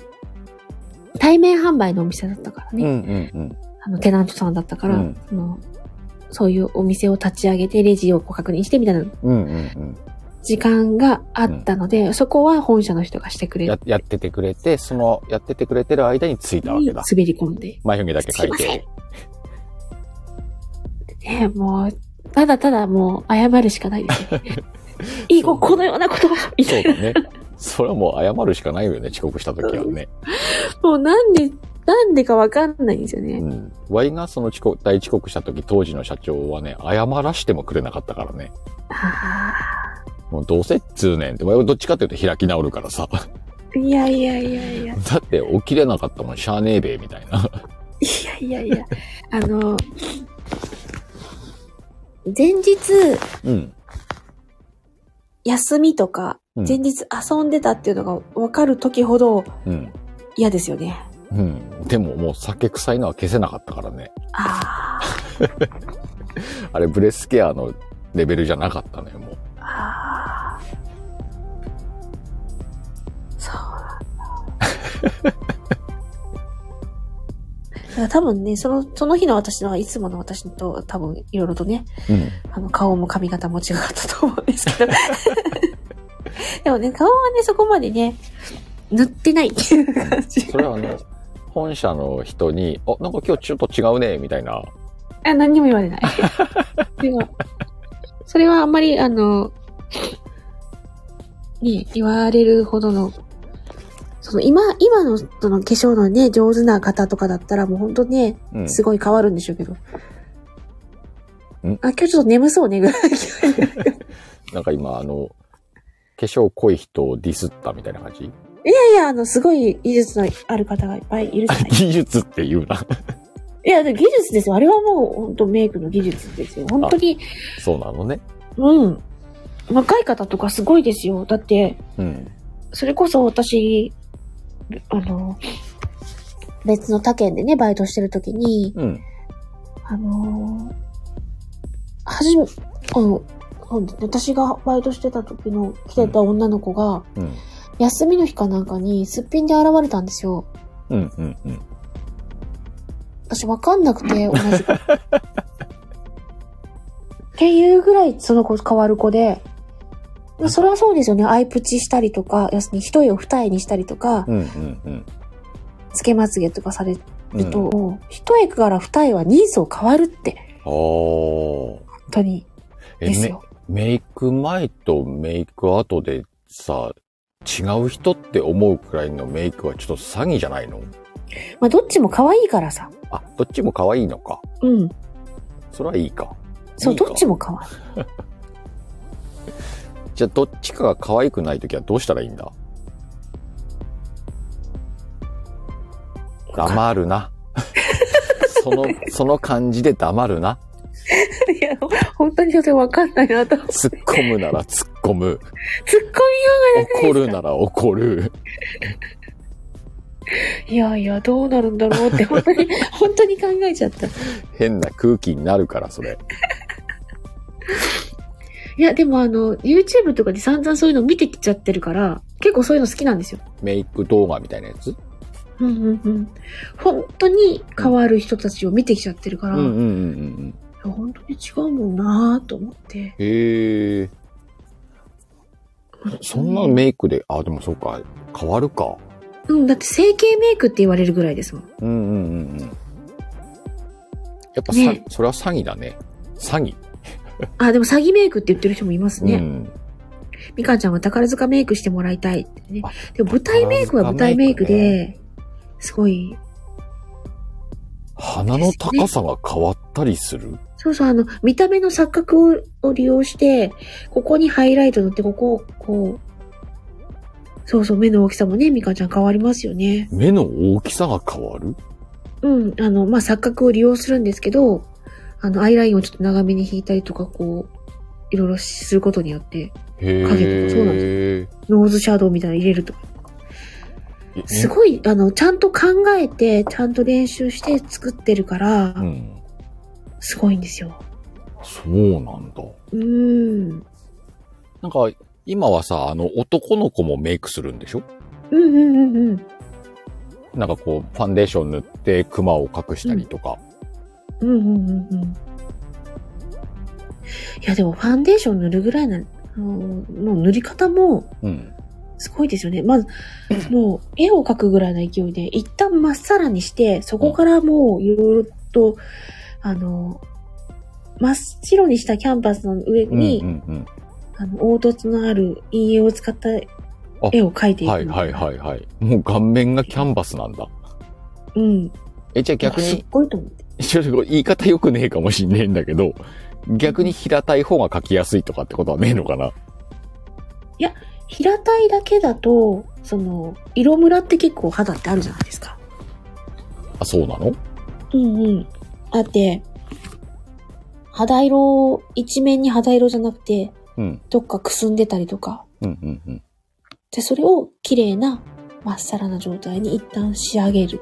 Speaker 2: 対面販売のお店だったから
Speaker 1: うん。うん
Speaker 2: ね。
Speaker 1: うんうん。
Speaker 2: あの、テナントさんだったから、
Speaker 1: うん
Speaker 2: その、そういうお店を立ち上げて、レジをこう確認して、みたいな
Speaker 1: うんうんうん。
Speaker 2: 時間があったので、そこは本社の人がしてくれ
Speaker 1: や
Speaker 2: て、、
Speaker 1: やっててくれて、その、やっててくれてる間に着いたわけ
Speaker 2: 滑
Speaker 1: だ。
Speaker 2: り込んで。
Speaker 1: 眉毛だけ描い
Speaker 2: すいません
Speaker 1: て。
Speaker 2: ねもう、ただただもう、謝るしかないですよね。
Speaker 1: <laughs>
Speaker 2: 以後、このようなことは、みた
Speaker 1: そう
Speaker 2: いな。
Speaker 1: だね。それはもう謝るしかないよね、遅刻した時はね。
Speaker 2: もう、なんで、なんでかわかんないんです <laughs> よね。
Speaker 1: うん。ワイがその遅刻、大遅刻した時、当時の社長はね、謝らしてもくれなかったからね。
Speaker 2: あ
Speaker 1: もうどうせっつうねんって、ワイはどっちかっていうと開き直るからさ。 <laughs>
Speaker 2: あ、いやいやいやいや、
Speaker 1: だって起きれなかったもん、しゃーねえべ、みたいな。 <laughs>
Speaker 2: いやいやいや、あの、前日、
Speaker 1: うん。
Speaker 2: 休みとか、
Speaker 1: うん
Speaker 2: 前日遊んでたっていうのが分かる時ほど
Speaker 1: うん。
Speaker 2: 嫌ですよね。
Speaker 1: うん。でももう酒臭いのは消せなかったからね。
Speaker 2: あ
Speaker 1: あれ、ブレスケアのレベルじゃなかったのよ、もう。
Speaker 2: あ、ああ。そう
Speaker 1: <laughs>
Speaker 2: なんだ。だから多分ね、その、その日の私の、いつもの私と多分いろいろとね、
Speaker 1: うん。
Speaker 2: あの、顔も髪型も違ったと思うんですけど。 <laughs> でもね、顔はね、そこまでね、塗ってないっていう感じ。 <laughs>
Speaker 1: それはあの、本社の人に、あ、なんか今日ちょっと違うね、みたいな。
Speaker 2: あ、何にも言われない。 <laughs> でも、それはあんまり、あの、ね、言われるほどの、その今、今のその化粧のね、上手な方とかだったらもうほんとね、
Speaker 1: うん。
Speaker 2: すごい変わるんでしょうけど。
Speaker 1: うん
Speaker 2: あ、今日ちょっと眠そうね、ぐらい。 <laughs>
Speaker 1: なんか今、あの、化粧濃い人をディスったみたいな感じ。 <laughs>
Speaker 2: いやいや、あの、すごい技術のある方がいっぱいいるじゃない
Speaker 1: 技術って言うな。 <laughs>
Speaker 2: いや、で技術ですよ。あれはもう、本当メイクの技術ですよ。本当に、
Speaker 1: そうなのね。
Speaker 2: うん。若い方とかすごいですよ。だって、
Speaker 1: うん。
Speaker 2: それこそ私、あの、別の他県でね、バイトしてるときに、
Speaker 1: うん。
Speaker 2: あの、はじめ、あの、そうですね私がバイトしてた時の来てた女の子が、
Speaker 1: うん。
Speaker 2: 休みの日かなんかにすっぴんで現れたんですよ。
Speaker 1: うん。うん。うん。
Speaker 2: 私わかんなくて、同じ子。っていうぐらいその子変わる子で、まあそれはそうですよね。アイプチしたりとか、要するに一重を二重にしたりとか
Speaker 1: う、ん。うん。うん。
Speaker 2: つけまつげとかされ
Speaker 1: う
Speaker 2: ると、
Speaker 1: ん。あ
Speaker 2: もう一重から二重は人相変わるって、
Speaker 1: ー。
Speaker 2: 本当に、
Speaker 1: え、
Speaker 2: です
Speaker 1: め
Speaker 2: よ。
Speaker 1: メイク前とメイク後でさ、違う人って思うくらいのメイクはちょっと詐欺じゃないの
Speaker 2: まあ、どっちも可愛いからさ。
Speaker 1: あ、どっちも可愛いのか。
Speaker 2: うん。
Speaker 1: それはいいか。
Speaker 2: そう、
Speaker 1: いいか
Speaker 2: どっちも可愛い。
Speaker 1: じゃあ、どっちかが可愛くないときはどうしたらいいんだ黙る
Speaker 2: <laughs>
Speaker 1: な。その、その感じで黙るな。
Speaker 2: いや、本当にそれわかんないなと。突っ込
Speaker 1: 突っ込むなら突っ込む。
Speaker 2: みよ
Speaker 1: 怒るなら怒る。
Speaker 2: う。いやいや、どうなるんだろうって、本当に、本当に考えちゃった。
Speaker 1: 変な空気になるから、それ。
Speaker 2: いや、でもあの、YouTube とかで散々そういうの見てきちゃってるから、結構そういうの好きなんですよ。
Speaker 1: メイク動画みたいなやつ
Speaker 2: うんうんうん。本当に変わる人たちを見てきちゃってるか
Speaker 1: う
Speaker 2: ら、い
Speaker 1: うんうん。
Speaker 2: や本当に違うもんなぁと思って。
Speaker 1: へえ。そんなメイクで、あ、でもそうか、変わるか。
Speaker 2: うん、だって整形メイクって言われるぐらいですもん。
Speaker 1: うんうんうんうん。やっぱさ、
Speaker 2: ね
Speaker 1: それは詐欺だね。詐欺。
Speaker 2: あ、でも詐欺メイクって言ってる人もいます
Speaker 1: う
Speaker 2: ね。
Speaker 1: ん。
Speaker 2: みかんちゃんは宝塚メイクしてもらいたいってね
Speaker 1: あ。
Speaker 2: でも舞台メイクは舞台メイクで、すごい、
Speaker 1: 鼻の高さが変わったりする
Speaker 2: そうそう、あの、見た目の錯覚をを利用して、ここにハイライト塗って、ここをこう、そうそう、目の大きさもね、みかんちゃん変わりますよね。
Speaker 1: 目の大きさが変わる
Speaker 2: うん、あの、まあ、錯覚を利用するんですけど、あの、アイラインをちょっと長めに引いたりとか、こう、いろいろすることによって、影
Speaker 1: へ
Speaker 2: とかそうなん
Speaker 1: え。
Speaker 2: ノーズシャドウみたいなの入れるとか。
Speaker 1: え
Speaker 2: すごい、あの、ちゃんと考えて、ちゃんと練習して作ってるから、
Speaker 1: うん。
Speaker 2: すごいんですよ。
Speaker 1: そうなんだ。
Speaker 2: うーん。
Speaker 1: なんか、今はさ、あの、男の子もメイクするんでしょ
Speaker 2: うんうんうんうん。
Speaker 1: なんかこう、ファンデーション塗って、クマを隠したりとか。
Speaker 2: うんうんうんうん。いや、でもファンデーション塗るぐらいな、あのもう塗り方も
Speaker 1: うん。
Speaker 2: すごいですよね。まず、もう絵を描くぐらいの勢いで、一旦まっさらにして、そこからもういろいろと、あの、真っ白にしたキャンバスの上
Speaker 1: うん。
Speaker 2: に、
Speaker 1: うんうん
Speaker 2: あの凹凸のある陰影を使った絵を描いていく。
Speaker 1: はいはいはいはい。もう顔面がキャンバスなんだ。
Speaker 2: うん。
Speaker 1: え、じゃあ逆
Speaker 2: すっ
Speaker 1: に、
Speaker 2: ごいと思っ
Speaker 1: <laughs>
Speaker 2: て。
Speaker 1: ちょっとこれ言い方良くねえかもしんねえんだけど、逆に平たい方が描きやすいとかってことはねえのかな
Speaker 2: 平たいだけだと、その、色ムラって結構肌ってあるじゃないですか。
Speaker 1: あ、そうなの
Speaker 2: うんうん。あって、肌色、一面に肌色じゃなくて、
Speaker 1: うん。
Speaker 2: どっかくすんでたりとか。
Speaker 1: うんうんうん。
Speaker 2: で、それを綺麗な、まっさらな状態に一旦仕上げる。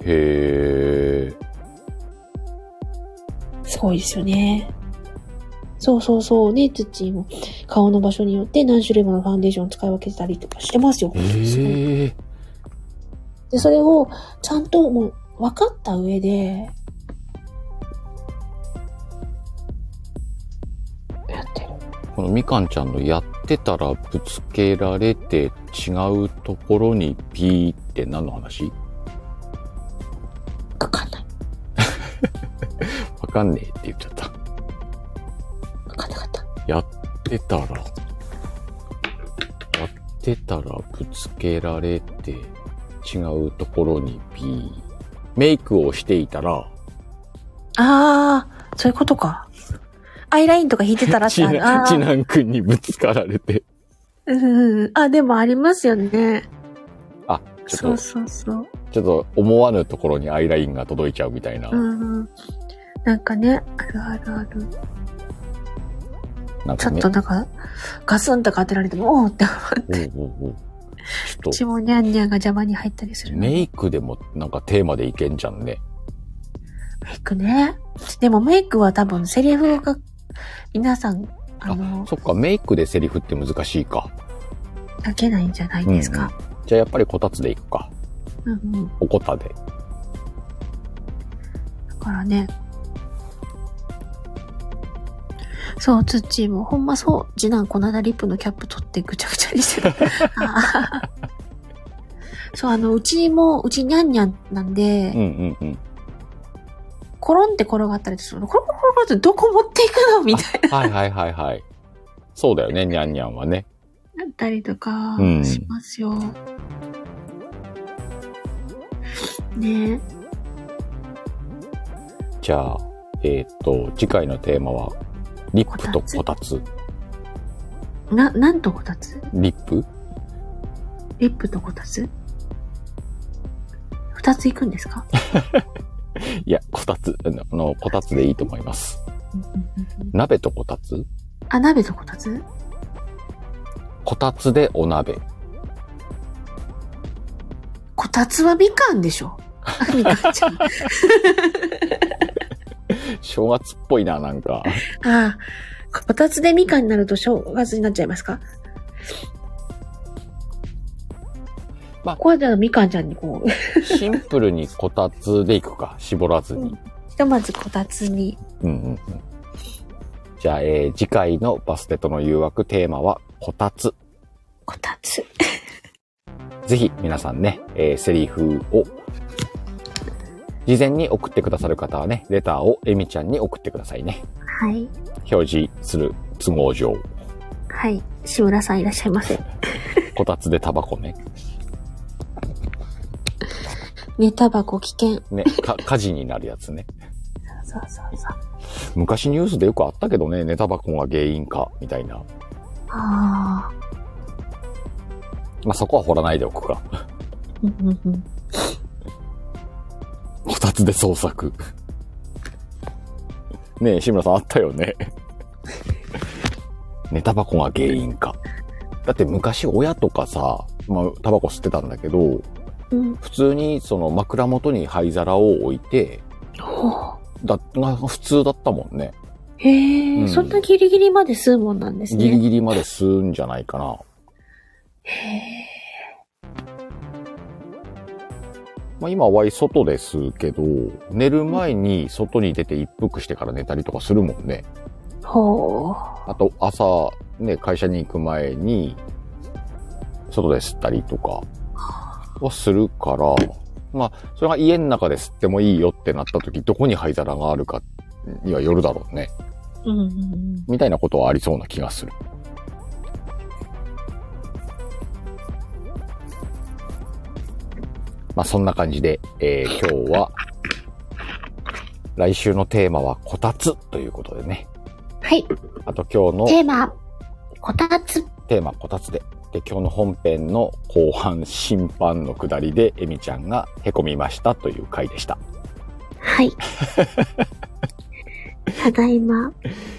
Speaker 1: へえ。
Speaker 2: すごいですよね。そうそうそうね、土も顔の場所によって何種類ものファンデーションを使い分けてたりとかしてますよ。
Speaker 1: へえ。
Speaker 2: で、それをちゃんともう分かった上で、やってる。
Speaker 1: このみかんちゃんのやってたらぶつけられて違うところにピーって何の話
Speaker 2: わかんない。
Speaker 1: わかんねえって言っちゃった。
Speaker 2: わかんなかった。
Speaker 1: やってたら、やってたらぶつけられて違うところにピー。メイクをしていたら、
Speaker 2: あー、そういうことか。アイラインとか引いてたら
Speaker 1: <laughs>
Speaker 2: っ
Speaker 1: ち
Speaker 2: てある。
Speaker 1: な、
Speaker 2: あ
Speaker 1: ち
Speaker 2: ー
Speaker 1: なんくんにぶつかられて。
Speaker 2: うんうんうんあ、でもありますよね。
Speaker 1: あ、ち
Speaker 2: そ
Speaker 1: ょっ
Speaker 2: う
Speaker 1: と、
Speaker 2: そうそう。
Speaker 1: ちょっと思わぬところにアイラインが届いちゃうみたいな。
Speaker 2: うんうん。なんかね、あるあるある。
Speaker 1: なん
Speaker 2: ち
Speaker 1: か
Speaker 2: ょっ
Speaker 1: ね
Speaker 2: と。なんか、ガスンとか当てられても、おーって。
Speaker 1: おうおうおうちょっ
Speaker 2: ち
Speaker 1: と、
Speaker 2: もニャンニャンが邪魔に入ったりするの。メ
Speaker 1: メイクでもなんかテーマでいけんじゃんね。
Speaker 2: イクね。でもメイクは多分セリフが、皆さん、あの、
Speaker 1: そっか、メイクでセリフって難しいか。
Speaker 2: 書けないんじゃないですか。
Speaker 1: じゃあやっぱりこたつでいくか。
Speaker 2: うんうん。
Speaker 1: おこたで。
Speaker 2: だからね。そう、ツッチーも、ほんまそう、次男この間リップのキャップ取ってぐちゃぐちゃに
Speaker 1: <laughs>
Speaker 2: してた。あーそう、あの、うちも、うちにゃんにゃんなんで
Speaker 1: うん、うんうん。
Speaker 2: コロンって転がったりするの。コロコロコロコロってどこ持っていくのみた
Speaker 1: は
Speaker 2: い
Speaker 1: いはいはいはい。そうだよね、にゃんにゃんはね。
Speaker 2: なったりとか
Speaker 1: うん
Speaker 2: しますよ。ね
Speaker 1: じゃあ、えーっと、次回のテーマは、リップとこたつ。
Speaker 2: え。な、なんとこたつ
Speaker 1: リップ
Speaker 2: リップとこたつ二つ行くんです
Speaker 1: <laughs>
Speaker 2: か
Speaker 1: いや、こたつ、あのあの、こたつでいいと思います。
Speaker 2: うんうんうんうん
Speaker 1: 鍋とこたつ
Speaker 2: あ、鍋とこたつ
Speaker 1: こたつでお鍋。
Speaker 2: こたつはみかん
Speaker 1: <laughs>
Speaker 2: でしょみかんちゃん。あ
Speaker 1: 正月っぽいな、なん <laughs> か。
Speaker 2: あ、こたつでみかんになると正月になっちゃいますか
Speaker 1: まあ
Speaker 2: ここはじゃあみかんちゃんにこう、
Speaker 1: シンプルにこたつでいくか、絞らずに。
Speaker 2: ひとまずこたつに。
Speaker 1: うんうんうん。じゃあ、えー次回のバステとの誘惑テーマは、こたつ。
Speaker 2: こたつ。
Speaker 1: ぜひ皆さんね、えーセリフを、事前に送ってくださる方はね、レターをエミちゃんに送ってくださいね。
Speaker 2: はい。
Speaker 1: 表示する都合上。
Speaker 2: はい。志村さんいらっしゃいませ。
Speaker 1: こたつでタバコね。
Speaker 2: 寝タバコ危険。
Speaker 1: ね、か <laughs> 火事になるやつね。
Speaker 2: そうそうそう。
Speaker 1: 昔ニュースでよくあったけどね、寝タバコが原因か、みたいな。
Speaker 2: ああ。
Speaker 1: まあ、そこは掘らないでおくか。 <laughs>
Speaker 2: うんうんうん。
Speaker 1: こたつで捜索。 <laughs> ねえ、志村さんあったよね。 <laughs> 寝タバコが原因か。だって昔親とかさ、まあ、タバコ吸ってたんだけど、
Speaker 2: うん。
Speaker 1: 普通にその枕元に灰皿を置いて、
Speaker 2: ほう
Speaker 1: だ、が普通だったもんね。
Speaker 2: へえ、
Speaker 1: うん
Speaker 2: そんなギリギリまで吸うもんなんですね。
Speaker 1: ギリギリまで吸うんじゃないかな。
Speaker 2: へ
Speaker 1: まあ今は外ですけど、寝る前に外に出て一服してから寝たりとかするもんね。
Speaker 2: ーほ
Speaker 1: あと朝、ね、会社に行く前に、外で吸ったりとかはするから、まあそれが家の中で吸ってもいいよってなった時、どこに灰皿があるかにはよるだろうね。
Speaker 2: う。うんうんうん。
Speaker 1: みたいなことはありそうな気がする。まあそんな感じで、えー今日は、来週のテーマはこたつということでね。
Speaker 2: はい。
Speaker 1: あと今日
Speaker 2: テ
Speaker 1: の
Speaker 2: ーマ、こたつ。
Speaker 1: テーマこたつで。で、今日の本編の後半審判の下りで、エミちゃんがへこみましたという回でした。 <laughs>
Speaker 2: はい。ただいま、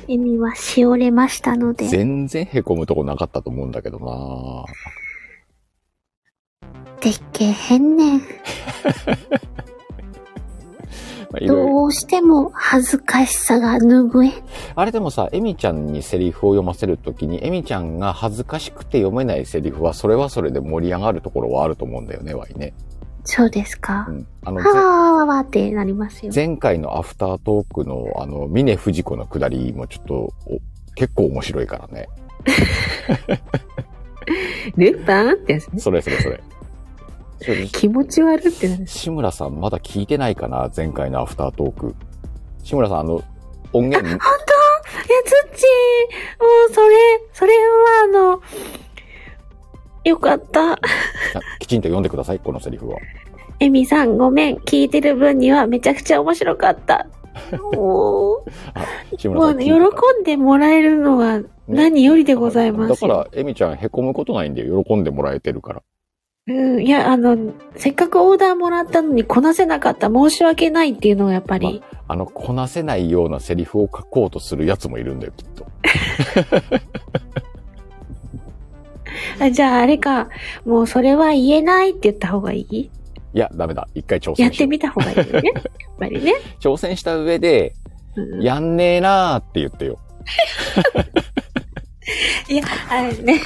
Speaker 2: エミはしおれましたので、
Speaker 1: 全然へこむとこなかったと思うんだけどな
Speaker 2: でっけへんねん。
Speaker 1: まあいろいろ
Speaker 2: どうしても恥ずかしさが拭えん。
Speaker 1: あれでもさ、エミちゃんにセリフを読ませるときに、エミちゃんが恥ずかしくて読めないセリフは、それはそれで盛り上がるところはあると思うんだよね、ワイね。
Speaker 2: そうです
Speaker 1: う
Speaker 2: か。
Speaker 1: ん。あの、
Speaker 2: は
Speaker 1: ぜ
Speaker 2: わわわわってなりますよ。
Speaker 1: 前回のアフタートークの、あの、峰不二子のくだりもちょっと、お結構面白いからね。
Speaker 2: ルパンってやつね。
Speaker 1: それそれそ
Speaker 2: <laughs>
Speaker 1: れ。それ
Speaker 2: 気持ち悪ってなる。
Speaker 1: 志村さんまだ聞いてないかな、前回のアフタートーク。志村さん、あの、音源、 <laughs>
Speaker 2: 本当え、つっちーもうそれ、それはあの、よかった。
Speaker 1: きちんと読んでください、このセリフは。
Speaker 2: エミさんごめん。聞いてる分にはめちゃくちゃ面白かった。も
Speaker 1: 志
Speaker 2: う、
Speaker 1: 村
Speaker 2: も
Speaker 1: さん
Speaker 2: う
Speaker 1: 聞い
Speaker 2: 喜
Speaker 1: てた。
Speaker 2: んでもらえるのは何よりでございます。
Speaker 1: だから、エミちゃん、へこむことないんで、喜んでもらえてるから。
Speaker 2: うん、いや、あの、せっかくオーダーもらったのにこなせなかった申し訳ないっていうのがやっぱり、
Speaker 1: あの、こなせないようなセリフを書こうとするやつもいるんだよ、きっと。
Speaker 2: あじゃああれか、もうそれは言えないって言った方がいい
Speaker 1: いや、ダメだ。一回挑
Speaker 2: やっ
Speaker 1: 戦してよう
Speaker 2: みた方がいいよね。やっぱりね。
Speaker 1: 挑戦した上で、
Speaker 2: うん
Speaker 1: やんねえなーって言ってよ。
Speaker 2: いや、あれね、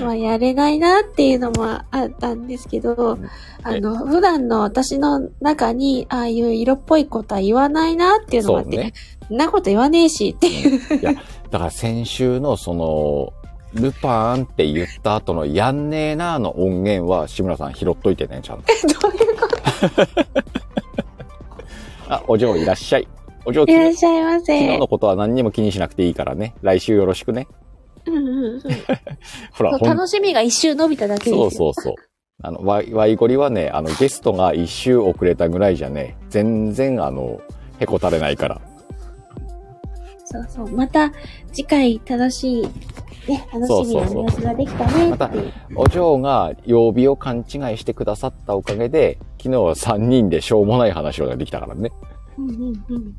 Speaker 2: まあやれないなっていうのもあったんですけど、あの、普段の私の中に、ああいう色っぽいことは言わないなっていうのがあ
Speaker 1: そ
Speaker 2: っ
Speaker 1: う
Speaker 2: て、
Speaker 1: ね。
Speaker 2: そんなこと言わねえしっていう。
Speaker 1: だから先週のその、ルパーンって言った後のやんねえなーの音源は志村さん拾っといてね、ちゃんと。
Speaker 2: どういうこ
Speaker 1: あ、お嬢いらっしゃい。お <laughs> 嬢
Speaker 2: といらっ
Speaker 1: 昨
Speaker 2: しゃいま
Speaker 1: 日
Speaker 2: せ。
Speaker 1: のことは何にも気にしなくていいからね。来週よろしくね。
Speaker 2: うんうんうん
Speaker 1: ほら、ほん
Speaker 2: 楽しみが一周伸びただけです
Speaker 1: そ
Speaker 2: よ。
Speaker 1: うそうそう。あの、ワイワイゴリはね、あの、ゲストが一周遅れたぐらいじゃね、全然あの、へこたれないから。
Speaker 2: そうそうまた次回楽しい、ね、楽しみなニュースができたねっていう。
Speaker 1: お嬢が曜日を勘違いしてくださったおかげで、昨日は3人でしょうもない話ができたからね。
Speaker 2: うんうんうん。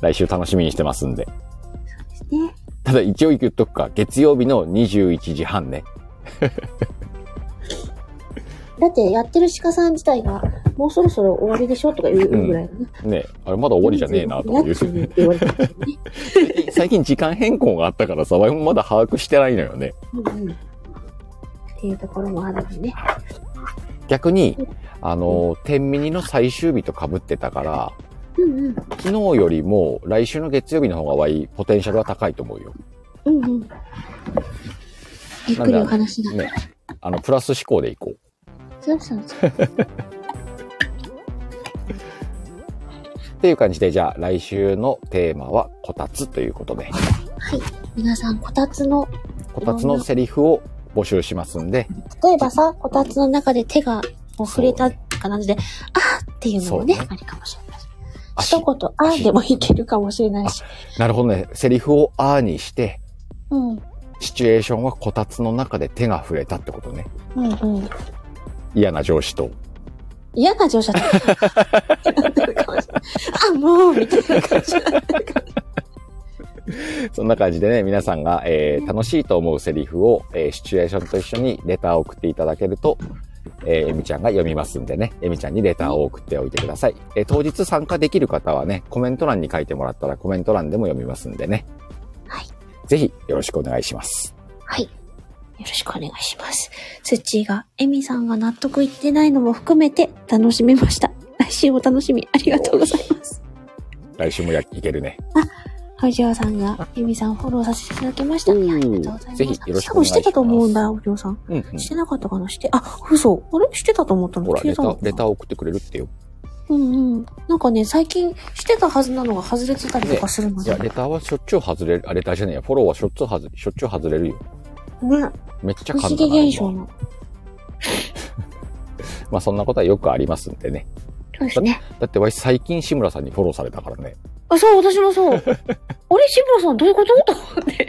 Speaker 1: 来週楽しみにしてますんで。
Speaker 2: ですね。
Speaker 1: ただ一応言っとくか、月曜日の21時半ね。
Speaker 3: だってやってる鹿さん自体が、もうそろそろ終わりでしょとか言うぐらいのね。
Speaker 1: ねあれまだ終わりじゃねえなとか言
Speaker 3: やつ
Speaker 1: う。
Speaker 3: に言われてるよね。
Speaker 1: 最近時間変更があったからさ、ワイもまだ把握してないのよね。
Speaker 3: うんうん
Speaker 2: っていうところもあるんでね。
Speaker 1: 逆に、あの、天ミニの最終日と被ってたから、
Speaker 2: うんうん。
Speaker 1: 昨日よりも来週の月曜日の方が割ポテンシャルは高いと思うよ。
Speaker 2: うんうん。ゆっくりお話が。
Speaker 1: ね。あの、プラス思考でいこう。
Speaker 2: そうそうそう。
Speaker 1: っていう感じで、じゃあ来週のテーマはこたつということで、
Speaker 2: 皆さん、こたつの、
Speaker 1: こたつのセリフを募集しますんで、
Speaker 2: 例えばさ、こたつの中で手がこう触れ
Speaker 1: そう
Speaker 2: た
Speaker 1: ね
Speaker 2: 感じで、あーっていうのもね
Speaker 1: そうね
Speaker 2: ありかもしれない。
Speaker 1: 足
Speaker 2: 一言、あーでもいけるかもしれないし。
Speaker 1: なるほどね、セリフをあーにして、
Speaker 2: うん。
Speaker 1: シチュエーションはこたつの中で手が触れたってことね。
Speaker 2: うんうん。
Speaker 1: 嫌な上司と。
Speaker 2: 嫌な乗車だ。あ、もうみたいな感じになってるかもし
Speaker 1: そんな感じでね、皆さんが、えー楽しいと思うセリフを、えーシチュエーションと一緒にレターを送っていただけると、えーえみちゃんが読みますんでね、えみちゃんにレターを送っておいてください。えー当日参加できる方はね、コメント欄に書いてもらったらコメント欄でも読みますんでね。
Speaker 2: はい。
Speaker 1: ぜひよろしくお願いします。
Speaker 2: はい。よろしくお願いします。スッチーが、エミさんが納得いってないのも含めて楽しめました。来週お楽しみありがとうございます。
Speaker 1: 来週もや、いけるね。
Speaker 2: 藤尾さんが、エミさんフォローさせていただきました。ありがとうございます。
Speaker 1: ぜひよろし
Speaker 2: し
Speaker 1: く
Speaker 2: か
Speaker 1: お願いしま
Speaker 2: も
Speaker 1: す。
Speaker 2: してたと思うんだ、お嬢さん。
Speaker 1: うん、うん。
Speaker 2: してなかったかなして、あ、嘘。あれしてたと思ったの
Speaker 1: ほら、
Speaker 2: 消
Speaker 1: レ
Speaker 2: え
Speaker 1: タ
Speaker 2: たの
Speaker 1: ー、レター送ってくれるってよ。
Speaker 2: うんうん。なんかね、最近してたはずなのが外れてたりとかするの
Speaker 1: い
Speaker 2: で。
Speaker 1: や、レターはしょっちゅう外れる、あ、レターじゃねえや、フォローはしょっちゅう外れ、しょっちゅう外れるよ。
Speaker 2: ね、
Speaker 1: めっちゃ
Speaker 2: 不
Speaker 1: 簡単
Speaker 2: 思議現象の。
Speaker 1: まあそんなことはよくありますんでね。
Speaker 2: そうですね。
Speaker 1: だってわし最近志村さんにフォローされたからね。
Speaker 4: あ、そう、私も
Speaker 1: <laughs>
Speaker 4: そう。あれ、志村さんどういうことと思って。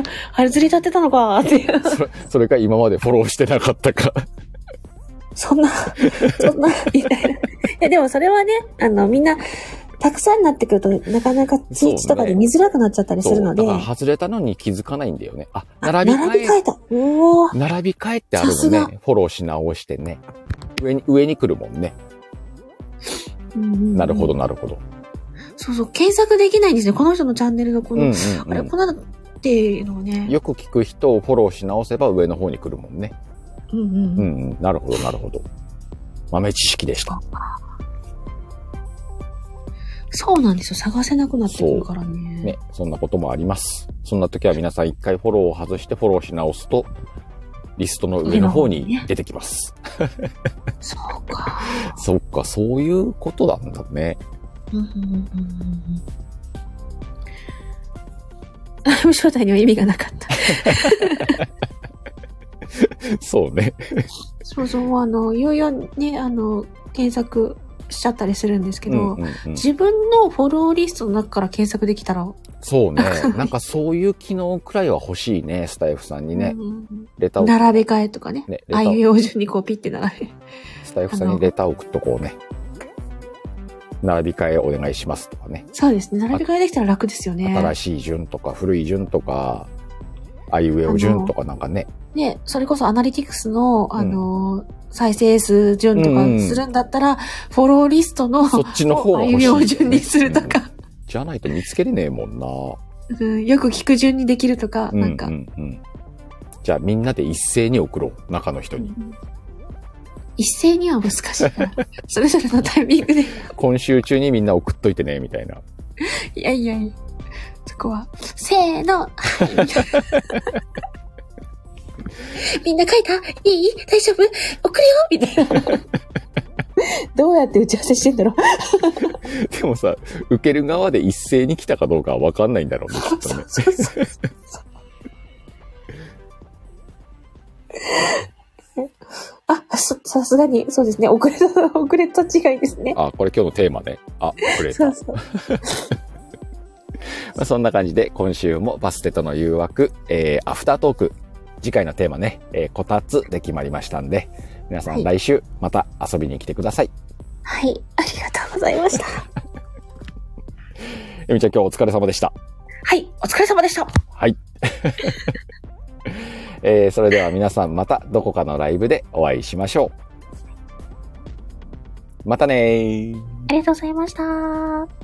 Speaker 4: <laughs> あれ、ずれちゃってたのか、って。
Speaker 1: それ、それか今までフォローしてなかっ
Speaker 4: <laughs>
Speaker 1: たか。
Speaker 4: そん
Speaker 1: <laughs>
Speaker 4: な、そんな、みたいな。いや、でもそれはね、あの、みんな、たくさんになってくると、なかなか
Speaker 1: そう
Speaker 4: 通
Speaker 1: ね
Speaker 4: 知とかで見づらくなっちゃったりす
Speaker 1: そう
Speaker 4: るので
Speaker 1: だか、ら外れたのに気づかないんだよね。あ、
Speaker 4: あ
Speaker 1: 並び
Speaker 4: 並び
Speaker 1: 替
Speaker 4: 替
Speaker 1: え、
Speaker 4: えた。うおー
Speaker 1: 並び替えってあ
Speaker 4: さ
Speaker 1: るも
Speaker 4: す
Speaker 1: ん
Speaker 4: が
Speaker 1: ね。フォローし直してね。上に、上に来るもんね。なるほ。
Speaker 4: うんうん
Speaker 1: ど、なるほど。
Speaker 4: そうそう、検索できないんですね。この人のチャンネルのこ
Speaker 1: うん
Speaker 4: の、
Speaker 1: うん、
Speaker 4: あ
Speaker 1: う
Speaker 4: れ、この間っていうのをね
Speaker 1: ん。。よく聞く人をフォローし直せば上の方に来るもんね。
Speaker 4: うんう。
Speaker 1: うんん、うん、なるほど、なるほど。豆知識でした。
Speaker 4: そうなんですよ。探せなくなってくるからね。
Speaker 1: ね、そんなこともあります。そんな時は皆さん一回フォローを外してフォローし直すと、リストの上の方に出てきます。
Speaker 4: そうか。
Speaker 1: そっか、そういうことなんだね。
Speaker 4: うんうんうんうんうん。あ無招待には意味がなかった。
Speaker 1: そうね。
Speaker 4: そうそう、あの、いよいよね、あの、検索しちゃったりするんですけど、
Speaker 1: うんうんうん
Speaker 4: 自分のフォローリストの中から検索できたら、
Speaker 1: そう
Speaker 4: <laughs>
Speaker 1: ね。なんかそういう機能くらいは欲しいね、スタイフさんにね
Speaker 4: う。んうん
Speaker 1: レタ
Speaker 4: うん
Speaker 1: を、
Speaker 4: 並べ替えとかね、
Speaker 1: ね、レ
Speaker 4: ああ
Speaker 1: タ
Speaker 4: いう
Speaker 1: を、
Speaker 4: 用順にこうピッて並べ。
Speaker 1: スタイフさんにレタを送っとこうね。並び替えお願いしますとかね。
Speaker 4: そうですね、並び替えできたら楽ですよ
Speaker 1: 新
Speaker 4: ね。
Speaker 1: しい順とか古い順とか、あいうえお順とかなんかね。
Speaker 4: ね、それこそアナリティクスの、あの、再生数順と
Speaker 1: うんうん
Speaker 4: かするんだったら、フォローリストの、
Speaker 1: そっちの方
Speaker 4: あ
Speaker 1: が
Speaker 4: あい
Speaker 1: 欲
Speaker 4: う
Speaker 1: しい、
Speaker 4: 用順にすると
Speaker 1: うん
Speaker 4: か、
Speaker 1: じゃないと見つけれねえもんな。
Speaker 4: うんよく聞く順にできるとか、なんか
Speaker 1: う、んうんうん、じゃあみんなで一斉に送ろう中の人に、
Speaker 4: 一斉には難しい <laughs> から、それぞれのタイミングで
Speaker 1: 今週中にみんな送っといてねみたいない
Speaker 4: やいやいや。そこは、せーの、はい。みんな書いたいい大丈夫送るよみたいな。どうやって打ち合わせしてんだろう
Speaker 1: でもさ受ける側で一斉に来たかどうかは分かんないんだろうねきっとね
Speaker 4: そうそうそう <laughs> あ、そさすがに、そうですね。遅れた、遅れた違いですね。
Speaker 1: あこれ今日のテーマねあ遅れた
Speaker 4: そ
Speaker 1: ま
Speaker 4: うそう。
Speaker 1: あそんな感じで今週もバステとの誘惑、えー、アフタートーク次回のテーマね、えーこたつで決まりましたんで皆さ
Speaker 2: は
Speaker 1: ん
Speaker 2: い
Speaker 1: 来週また遊びに来てください、
Speaker 2: はい。ありがとうございました。
Speaker 1: えみちゃん今日お疲れ様でした
Speaker 4: はい、お疲れ様でした。
Speaker 1: はい。えーそれでは皆さんまたどこかのライブでお会いしましょう。またねー。
Speaker 2: ありがとうございました。